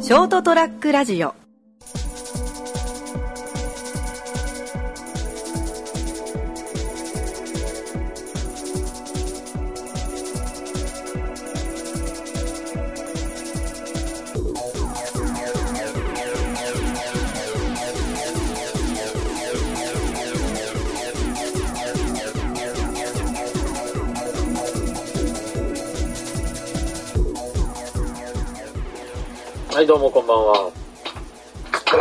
ショートトラックラジオはい、どうもこんばんは。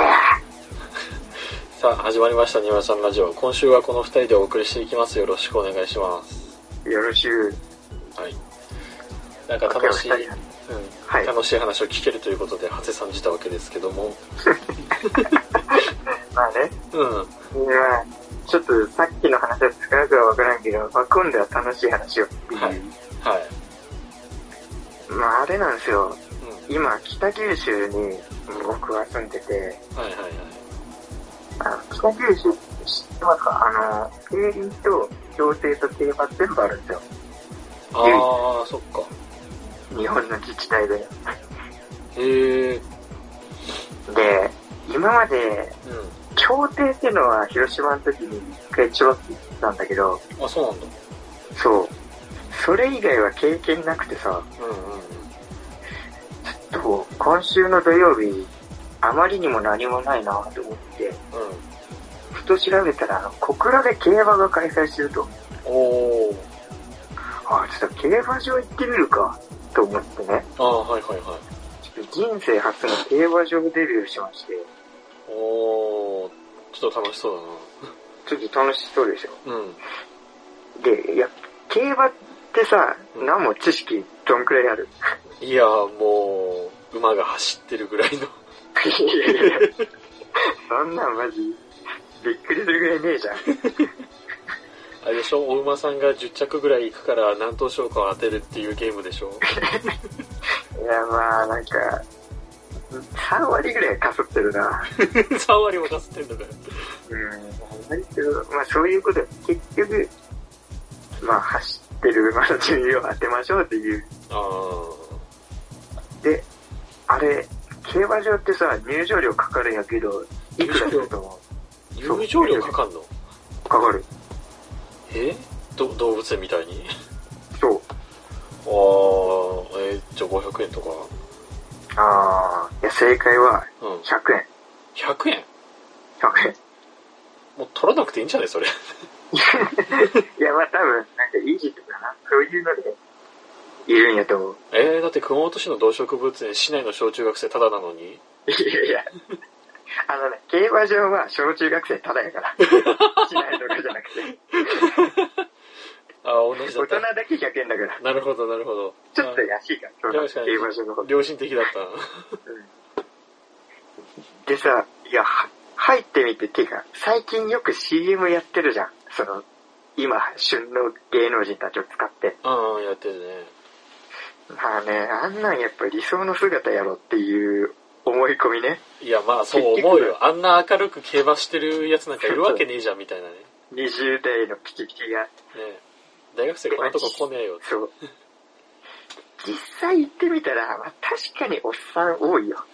さあ、始まりました、にわちゃんラジオ。今週はこの二人でお送りしていきます。よろしくお願いします。よろしく。はい。なんか楽しい、おうん二人はい楽しい話を聞けるということで、ハセさんじたわけですけども。まあね、うん。それは、ちょっとさっきの話は少なくはわからんけど、まあ、今度は楽しい話を。はい。はい。まああれなんですよ。うん。今、北九州に僕は住んでて、はいはいはい。あの北九州って知ってますかあの、競輪と競艇と競馬全部あるんですよ。あー、そっか。日本の自治体で。へえ。で、今まで、う競艇ってのは広島の時に一回ちょろっと行ってたんだけど、ん。あ、そうなんだ。そう。それ以外は経験なくてさ、うんうんうん。と今週の土曜日、あまりにも何もないなと思って、うん。ふと調べたら、小倉で競馬が開催してると、おー。ああ、ちょっと競馬場行ってみるか、と思ってね、あー、はいはいはい。ちょっと人生初の競馬場デビューしまして、おー。ちょっと楽しそうちょっと楽しそうでしょ。だな。うん。で、いや、競馬ってさ、うん何も知識どんくらいある いやもう馬が走ってるぐらいのそんなんマジ、びっくりするぐらいねえじゃん。あれでしょお馬さんが10着ぐらい行くから何等賞かを当てるっていうゲームでしょ いや、まあ、なんか、3割ぐらいかすってるな。 3割も出すってんだからうん、なんけど、まあそういうことよ結局、まあ走ってる馬の順位を当てましょうっていう。あで、あれ、競馬場ってさ、入場料かかるんやけど、いくらすると思ー入場料かかんのうかかる。えど動物園みたいにそう。ああえー、じゃあ500円とかあー、いや正解はうん100円。 100円100円。もう取らなくていいんじゃないそれいや、まあ多分、なんかイージーとかな、そういうので、いるんやと思う。えー、だって熊本市の動植物園市内の小中学生ただなのにいやいや、あのね、競馬場は小中学生ただやから。しないとかじゃなくて。ああ同じだ大っ人ただけ100円だから。なるほどなるほどちょっと安いから、確そかのに競馬場の方良心的だったなでさ、いや、は入ってみて、っていうか、最近よく CM やってるじゃん。その、今、旬の芸能人たちを使って。 ああやってるねまあね、あんなんやっぱ理想の姿やろっていう思い込みね。いや、まあ、そう思うよ。あんな明るく競馬してるやつなんかいるわけねえじゃん、みた いなね。ね20代のピチピチが。大学生こんなとこ来ねえよ。そう。 実際行ってみたら、まあ確かにおっさん多いよ。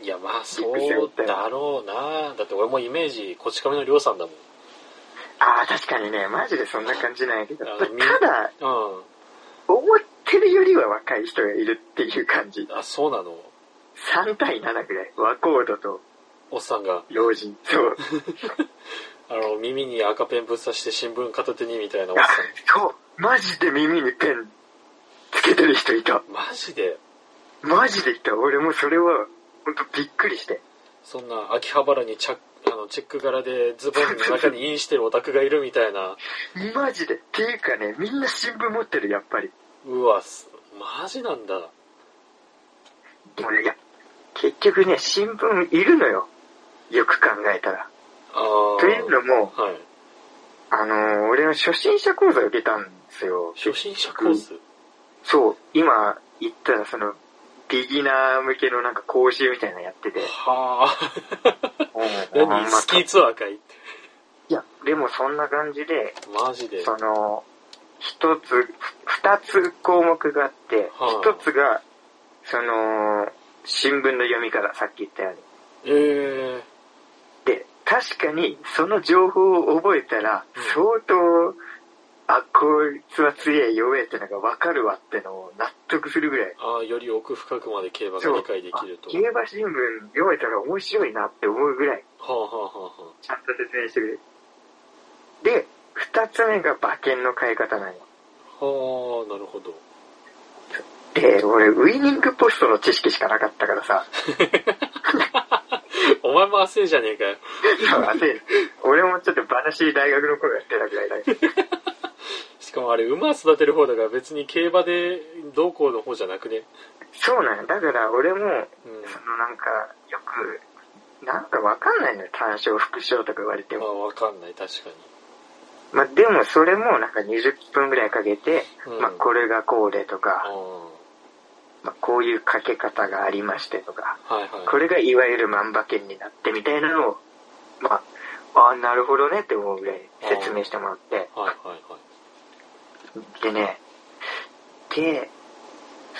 いや、まあ、そうだろうなだって俺もイメージ、こち亀のりょうさんだもん。ああ、確かにね、マジでそんな感じなんやけど。あたのみだ、う思ってるよりは若い人がいるっていう感じ。ん。あ、そうなの3対7ぐらい。和コードとおっさんが、老人。そう。あの、耳に赤ペンぶっ刺して新聞片手にみたいなおっあさ、そう。マジで耳にペンつけてる人いた。 ん。マジで、マジでいた。俺もそれは、ほんとびっくりして。そんな秋葉原にチャックあの、チェック柄でズボンの中にインしてるオタクがいるみたいな。マジで。っていうかね、みんな新聞持ってる、やっぱり。うわ、すマジなんだ。でもね、いや、結局ね、新聞いるのよ。よく考えたら。あーというのも、はい。あのー俺の初心者講座受けたんですよ。初心者コース。そう、今言ったらその、ビギナー向けのなんか講習みたいなのやって て。はあ。う何んまあスキーツアーかいって。いや、でもそんな感じで、マジで。その、一つ、ふ二つ項目があってはあ、一つが、その、新聞の読み方、さっき言ったように。えで、確かにその情報を覚えたら、相当、あ、こいつは強い弱いってのがわかるわってのを納得するぐらー、。いああ、より奥深くまで競馬が理解できると。競馬新聞読めたら面白いなって思うぐらい、はあはあはあはちゃんと説明してくれる。で、二つ目が馬券の買い方なんよ。あ。はあ、なるほど。で、俺、ウィニングポストの知識しかなかったからさ、お前も焦るじゃねえかよ。多分焦る俺もちょっと馬主大学の頃やってたぐらいだけど、しかもあれ、馬育てる方だから別に競馬でどうこうの方じゃなくね。そうなんよだから俺も、うん。そのなんか、よく、なんかわかんないのよ、単勝、副賞とか言われてまも。あ、わかんない、確かに。まあでもそれもなんか20分ぐらいかけて、うんまあこれがこうでとあか、あ。まあこういうかけ方がありましてとか、はいはい。これがいわゆる万馬券になってみたいなのを、まあ、ああ、なるほどねって思うぐらい説明してもらって、はいはいはい。でね、で、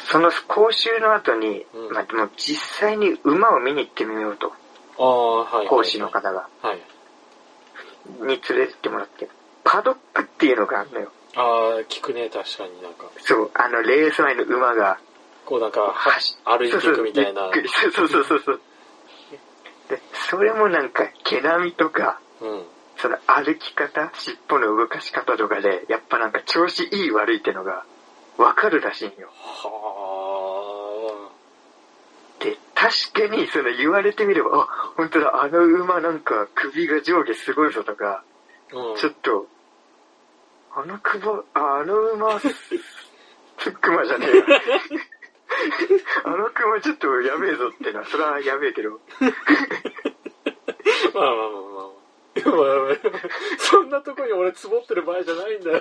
その講習の後に、うんまあでも実際に馬を見に行ってみようと、ああ、はいはい、はい。講師の。方が、はい。に連れてってもらって、パドックっていうのがあるのよ。ああ、聞くね、確かになんか。そう、あの、レース前の馬が、こうなんか、は走歩いていくみたいな。そうそうそうそうそう。で、それもなんか、毛並みとか、うん。その歩き方、尻尾の動かし方とかで、やっぱなんか調子いい悪いってのが、わかるらしいんよ。はで、確かにその言われてみれば、あ、本当だ、あの馬なんか首が上下すごいぞとか、あ。うん。ちょっと、あのクマ、ああの馬、 クマじゃねえよ。あのクマちょっとやべえぞってな、それはやべえけど。まあまあまあまあ。まあまあそんなとこに俺積もってる場合じゃないんだよ。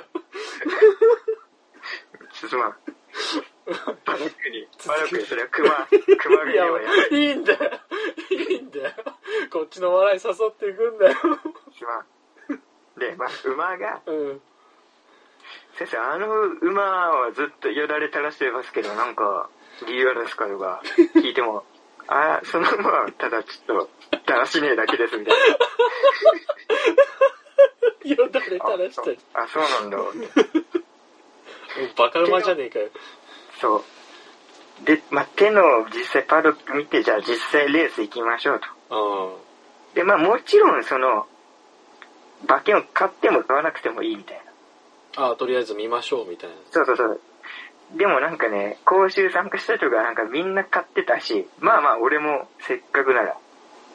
すまん。バラックに、バラックにそれはクマ、クマい見れやばやべえ。、いいんだよ。いいんだよ。こっちの笑い誘っていくんだよ。すまん。で、まあ、馬が、うん。先生、あの馬はずっとよだれ垂らしてますけど、なんか、理由あるんですかとか、聞いても、あその馬はただちょっと、垂らしねえだけです、みたいな。よだれ垂らしてる。あ、そうなんだ。バカ馬じゃねえかよ。そう。で、まあ、手の実際パドック見て、じゃあ実際レース行きましょうと。うで、まあ、もちろんその、馬券を買っても買わなくてもいいみたいな。ん。ああ、とりあえず見ましょう、みたいな。そうそうそう。でもなんかね、講習参加した人がなんかみんな買ってたし、まあまあ俺もせっかくなら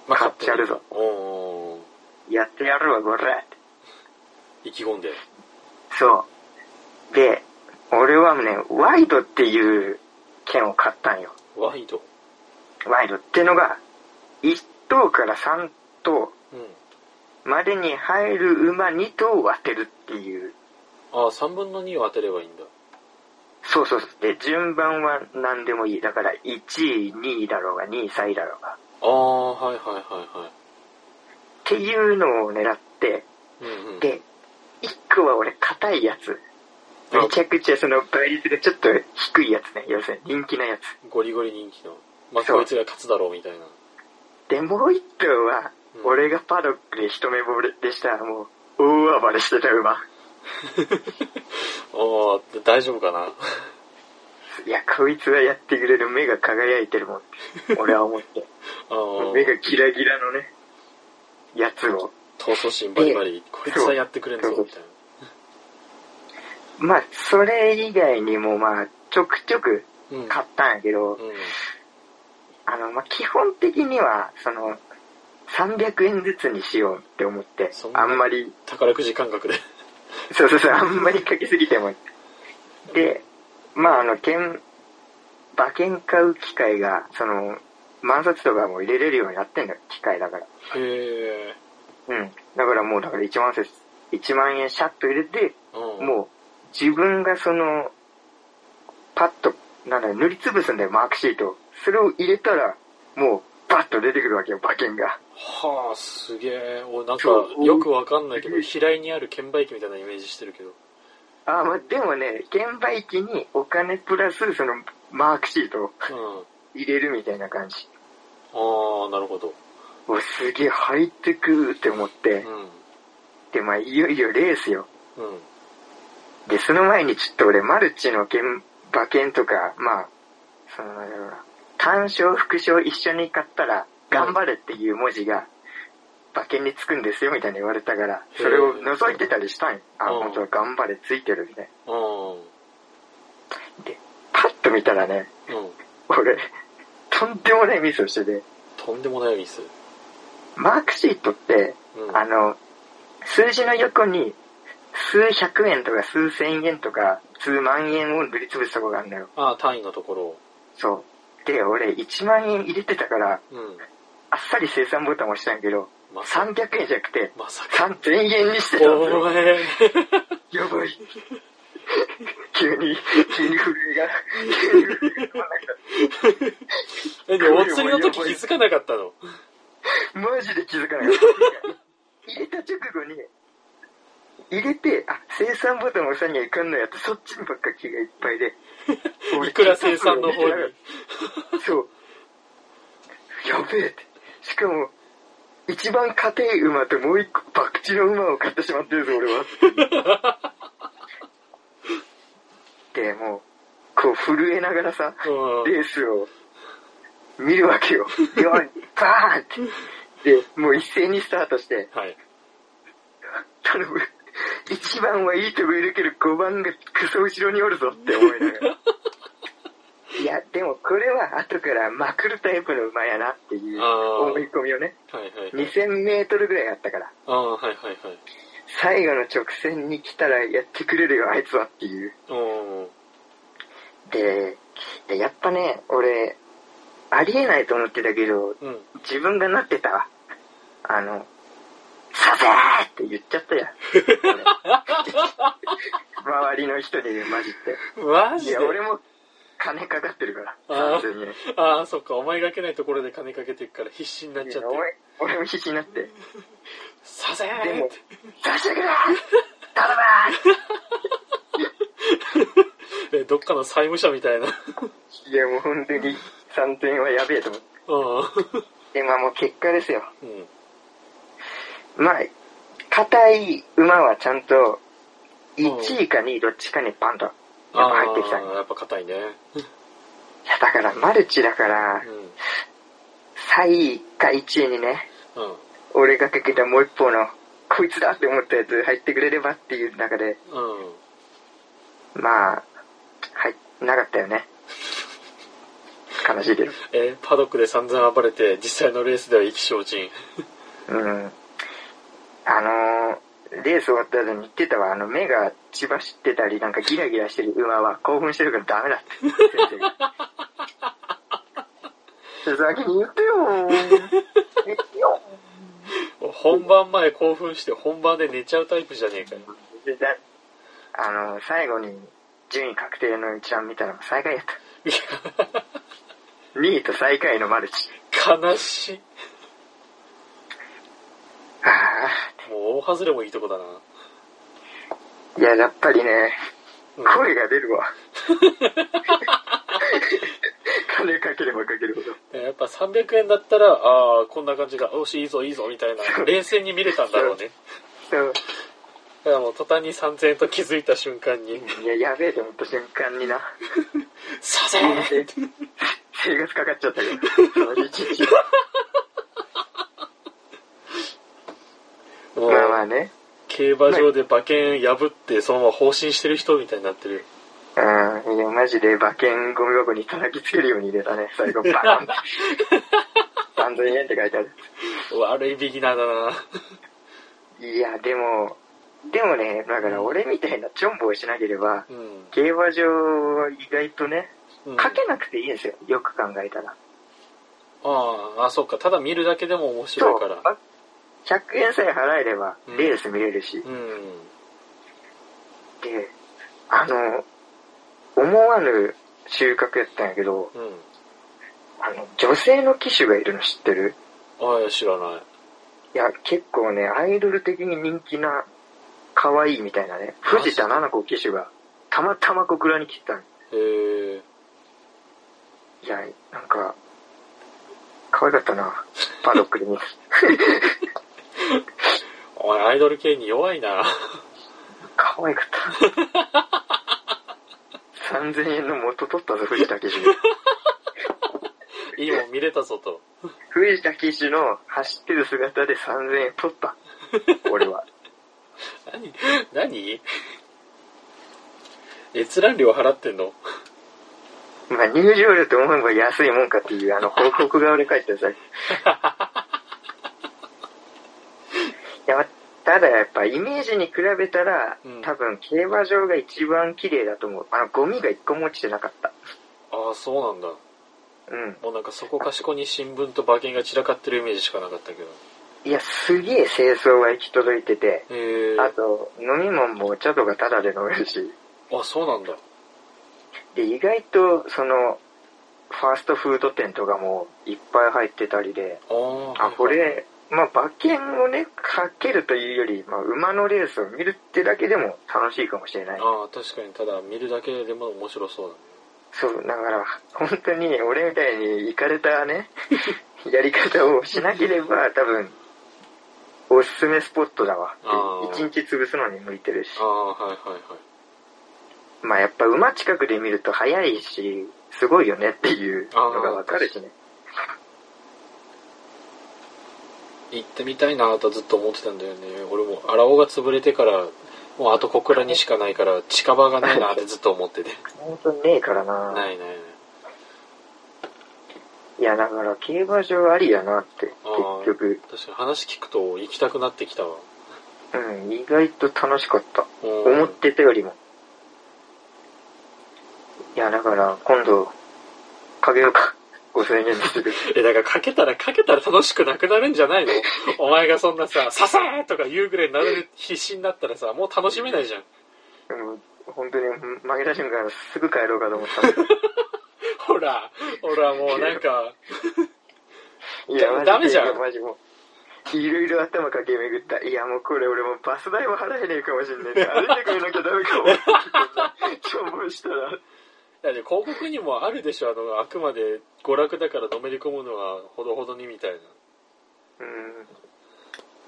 ま買ってやるぞ。おー。やってやるわ、これ。意気込んで。そう。で、俺はね、ワイドっていう券を買ったんよ。ワイド。ワイドってのが、1等から3等うん。までに入る馬2頭を当てるっていう。ああ、3分の2を当てればいいんだ。そうそうそう。で、順番は何でもいい。だから、1位、2位だろうが、2位、3位だろうが。ああ、はいはいはいはい。っていうのを狙って、うんうん。で、1個は俺、硬いやつ。あめちゃくちゃその倍率がちょっと低いやつね。要するに人気なやつ。ゴリゴリ人気の。まあ、そうこいつが勝つだろうみたいな。で、もう1頭は、うん俺がパドックで一目惚れでしたらもう、大暴れしてた馬。ああ、大丈夫 かな。いや、こいつがやってくれる目が輝いて るもんって、俺は思って。ああ、目がギラギラのね、やつを。闘争心バリバリ。こいつはやってくれんぞ、みたいな。まあ、それ以外にもまあ、ちょくちょくうん。買ったんやけど、うん。あの、まあ、基本的には、その、300円ずつにしようって思ってそん、なあんまり、宝くじ感覚で。そうそうそう、あんまりかけすぎても。で、まあ、あの、券、馬券買う機械が、その、万札とかも入れれるようになってんだよ、機械だから。へえ。うん。だからもう、だから1万節、1万円シャッと入れて、うん。もう、自分がその、パッと、なんだ、塗りつぶすんだよ、マークシートを。それを入れたら、もう、バッと出てくるわけよ、馬券が。はあ、すげえ。お、なんかそう、よくわかんないけど、平井にある券売機みたいなイメージしてるけど。あーまあ、でもね、券売機にお金プラス、その、マークシートをうん。入れるみたいな感じ。ああ、なるほど。お、すげえ入ってくるって思って。うで、まあ、いよいよレースよ。ん。うん。で、その前にちょっと俺、マルチの現馬券とか、まあ、その、なんだろうな単勝、副賞一緒に買ったら、頑張れっていう文字が、馬券につくんですよ、みたいに言われたから、それを覗いてたりしたんよ。あ、うん本当は頑張れついてるみたいうん。な。で、パッと見たらね、うん。俺、とんでもないミスをしてて、とんでもないミス。マークシートって、うん。あの、数字の横に、数百円とか数千円とか、数万円を塗りつぶすとこがあるんだよ。ああ、単位のところ。そう。で、俺1万円入れてたから、うん。あっさり生産ボタン押したんやけど、まさか。 300円じゃなくて、まさか。 3000円にしてたんだおよ。前。 やばい。急に、急に震えが、急に震えが止まんなくなっえ、でもお釣りの時気づかなかったの。たマジで気づかなかった。入れた 直後に、入れて、あ、生産ボタン押さにはいかんのやって、そっちにばっか気がいっぱいで。俺いくら生産の方に。そう。やべえって。しかも、一番硬い馬ともう一個博打の馬を買ってしまってるぞ、俺は。 で、もう、こう震えながらさ、うん。レースを見るわ けよ。よい、バーンって。で、もう一斉にスタートして、はい。頼む。一番はいいとこいるけど、5番がクソ後ろにおるぞって思いな がら。いや、でもこれは後からまくるタイプの馬やなっていうあー思い込みをね、はいはいはい。 2000メートルぐらいあったから、ああ、はいはいはい。最後の直線に来たらやってくれるよ、あいつはっていう。うん。で、でやっぱね、俺、ありえないと思ってたけど、うん。自分がなってたわ。あの、させーって言っちゃったやん。 周りの人に混じって。マいジでや、俺も金かかってるから、あー完全に。いああ、そっか、お前がけないところで金かけてるから必死になっちゃっやてる。俺俺も必死になって、させーでっもて。、出してくれ頼むえ、どっかの債務者みたいな。ーいや、もう本当に3点はやべえと思って。うで、まあもう結果ですよ。ん。うん。まあ、硬い馬はちゃんと、1位か2位どっちかにパンと、やっぱ入ってきた。いあーやっぱ硬いね。や、だからマルチだから、う3位か1位にね、ん。うん。俺がかけたもう一方の、こいつだって思ったやつ入ってくれればっていう中で、うん。まあ、はい、なかったよね。悲しいけど。えーパドックで散々暴れて、実際のレースでは意気消沈。うん。あのーレース終わった後に言ってたわ。あの、目が血走ってたり、なんかギラギラしてる馬は興奮してるからダメだって。先生が先に言ってよ言ってよ本番前興奮して本番で寝ちゃうタイプじゃねえかよ。でだあのー最後に順位確定の一覧見たら最下位やった。い2位と最下位のマルチ。や、悲しい。あもう大外れもいいとこだな。あ、いや、やっぱりね、うん声が出るわ。 金かければかけるほど。えーやっぱ300円だったら、ああ、こんな感じが、よし、いいぞ、いいぞ、みたい な、冷静に見れたんだろうね。そだからもう途端に3000円と気づいた瞬間に、う。いや、やべえと思った瞬間にな、させ生ー活かかっちゃったけど、その一日。もう、まあまあね。競馬場で馬券破って、そのまま放心してる人みたいになってる。うん、いや、マジで馬券ゴミ箱に叩きつけるように入れたね。最後、バーン って。3000円って書いてある。悪いビギナーだな。いや、でも、でもね、だから俺みたいなチョンボをしなければ、うん。競馬場は意外とね、うんかけなくていいんですよ。よく考えたら。ああ、あ、そっか。ただ見るだけでも面白いから。あ100円さえ払えれば、レース見れるし。うん。で、あの、思わぬ収穫やったんやけど、うん。あの、女性の騎手がいるの知ってるああ、知らない。いや、結構ね、アイドル的に人気な、可愛いみたいなね、藤田七子騎手が、たまたま小倉に来てたの。へえ。いや、なんか、可愛かったな。パドックで見て。お前アイドル系に弱いな。 可愛かった。3000円の元取ったぞ、藤田騎士。いいもん見れたぞと。藤田騎士の走ってる姿で3000円取った。俺は。何何閲覧料払ってんのまあ入場料って思えば安いもんかっていう、あの、報告が俺書い てさ。いや、まあただやっぱイメージに比べたら、うん多分競馬場が一番綺麗だと思う。あの、ゴミが一個も落ちてなかった。ああ、そうなんだ。うん。もうなんかそこかしこに新聞と馬券が散らかってるイメージしかなかったけど。いや、すげえ清掃が行き届いてて、へえ。あと、飲み物もお茶とかタダで飲めるし、あ、そうなんだ。で、意外と、その、ファーストフード店とかもいっぱい入ってたりで、ああ。あ、こ。れ、まあ、馬券をね、かけるというより、まあ、馬のレースを見るってだけでも楽しいかもしれない。ああ、確かに、ただ見るだけでも面白そうだね。そう、だから、本当に俺みたいに行かれたね、 やり方をしなけ れば、多分、おすすめスポットだわあーって。一日潰すのに向いてるしあ。あ、はいはいはい。まあやっぱ馬近くで見ると早いし、すごいよねっていうのがわかるしね。行ってみたいなとずっと思ってたんだよね俺も荒尾が潰れてからもうあと小倉にしかないから近場がないなってずっと思ってて本当にねえからな。ないい、ないないやだから競馬場ありやなって、あー結局。確かに話聞くと行きたくなってきたわうん、意外と楽しかった。うん思ってたよりも。いやだから今度、かけようか。5000円でする。えだからかけたらかけたら楽しくなくなるんじゃない のお前がそんなさ「ささー!」とか言うぐらいになる必死になったらさもう楽しめないじゃんうん本当に負けた瞬間すぐ帰ろうかと思ったんだけど。ほらほらもうなんかいや、マジでダメじゃんいやマジもう。いろいろ頭駆け巡った。いや、もうこれ俺もうバス代も払えねえかもしんねえ。歩いてくれなきゃダメかも。 消防したら。だって広告にもあるでしょあのあくまで娯楽だからのめり込むのはほどほどにみたいなうん。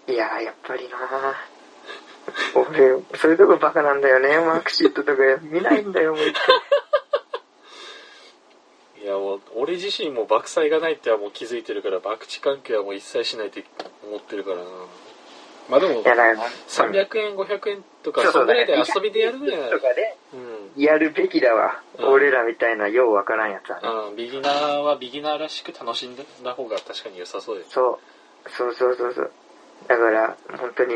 いややっぱりな俺、そういうとこバカなんだよね。マークシートとか見ないんだよ、もう一回。いやもう俺自身も爆災がないってはもう気づいてるから爆地関係はもう一切しないって思ってるからなまあでもいや、だよ。 300円500円とかそそうそんうぐだらねいで遊びでやるぐらいなとらかで、うんやるべきだわ。うん俺らみたいなようわからんやつはね。うん、ビギナーはビギナーらしく楽しんだ方が確かに良さそうです。そう。そうそうそうそう。だから、本当に、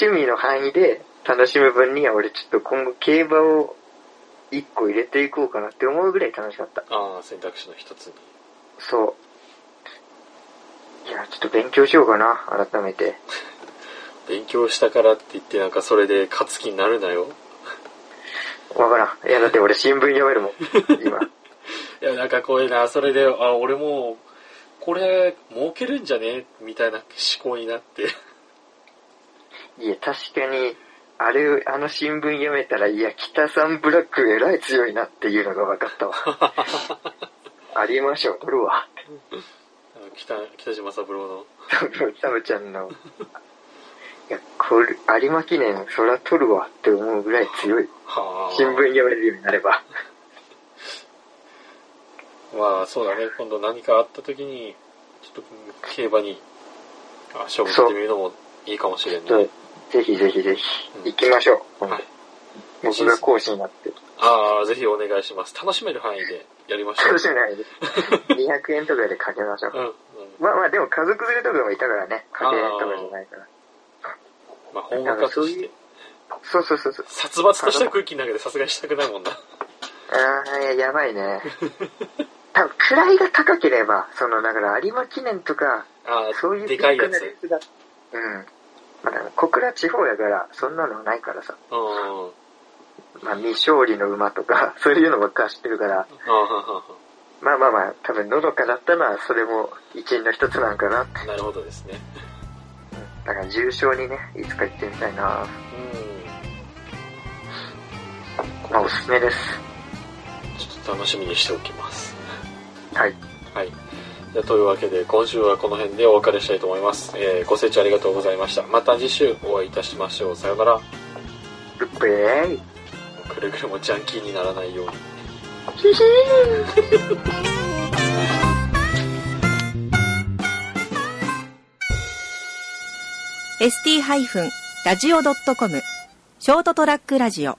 趣味の範囲で楽しむ分には、俺ちょっと今後競馬を一個入れていこうかなって思うぐらい楽しかった。ああ、選択肢の一つに。そう。いや、ちょっと勉強しようかな、改めて。勉強したからって言ってなんかそれで勝つ気になるなよ。わからん。いや、だって俺新聞読めるもん、今。いや、なんかこういうな、それで、あ、俺もう、これ、儲けるんじゃねみたいな思考になって。 いや、確かに、あれ、あの新聞読めたら、いや、北さんブラックえらい強いなっていうのが分かったわ。ありましょう、取るわ。あの北、北島三郎の。サブちゃんの、いや、これ、有馬記念、そら取るわって思うぐらい強い。はあ。新聞読めるようになれば。まあそうだね今度何かあった時にちょっと競馬にあ勝負してみるのもいいかもしれんね、そうぜひぜひぜうんひ、行きましょう。はい、僕が講師になって。ああぜひお願いします楽しめる範囲でやりましょそううじゃないです。200円とかでかけましょうう。ん、うん、まあまあ、でも家族連れとかもいたからね。かけとかじゃないから。まあ本格としなてんそうそうそうそう。殺伐とした空気の中でさすがにしたくないもんなああ、ややば いね。多分、位が高ければ、その、だから、有馬記念とか、ああそういうでかいやビつッグなレースだうん。まあ、だから小倉地方やから、そんなのはないからさ。うんうんうんまあ、未勝利の馬とか、 そういうのばっか知ってるから、まあまあまあ、多分、のどかだったのは、それも一因の一つなんかな。うんなるほどですねだから、重症にね、いつか行ってみたいな。うんまあ、おすすめです。ちょっと楽しみにしておきますはい。はいじゃあというわけで今週はこの辺でお別れしたいと思います、えーご清聴ありがとうございましたまた次週お会いいたしましょうさよならグッベーイくれぐれもジャンキーにならないように ST-radio.com ショートトラックラジオ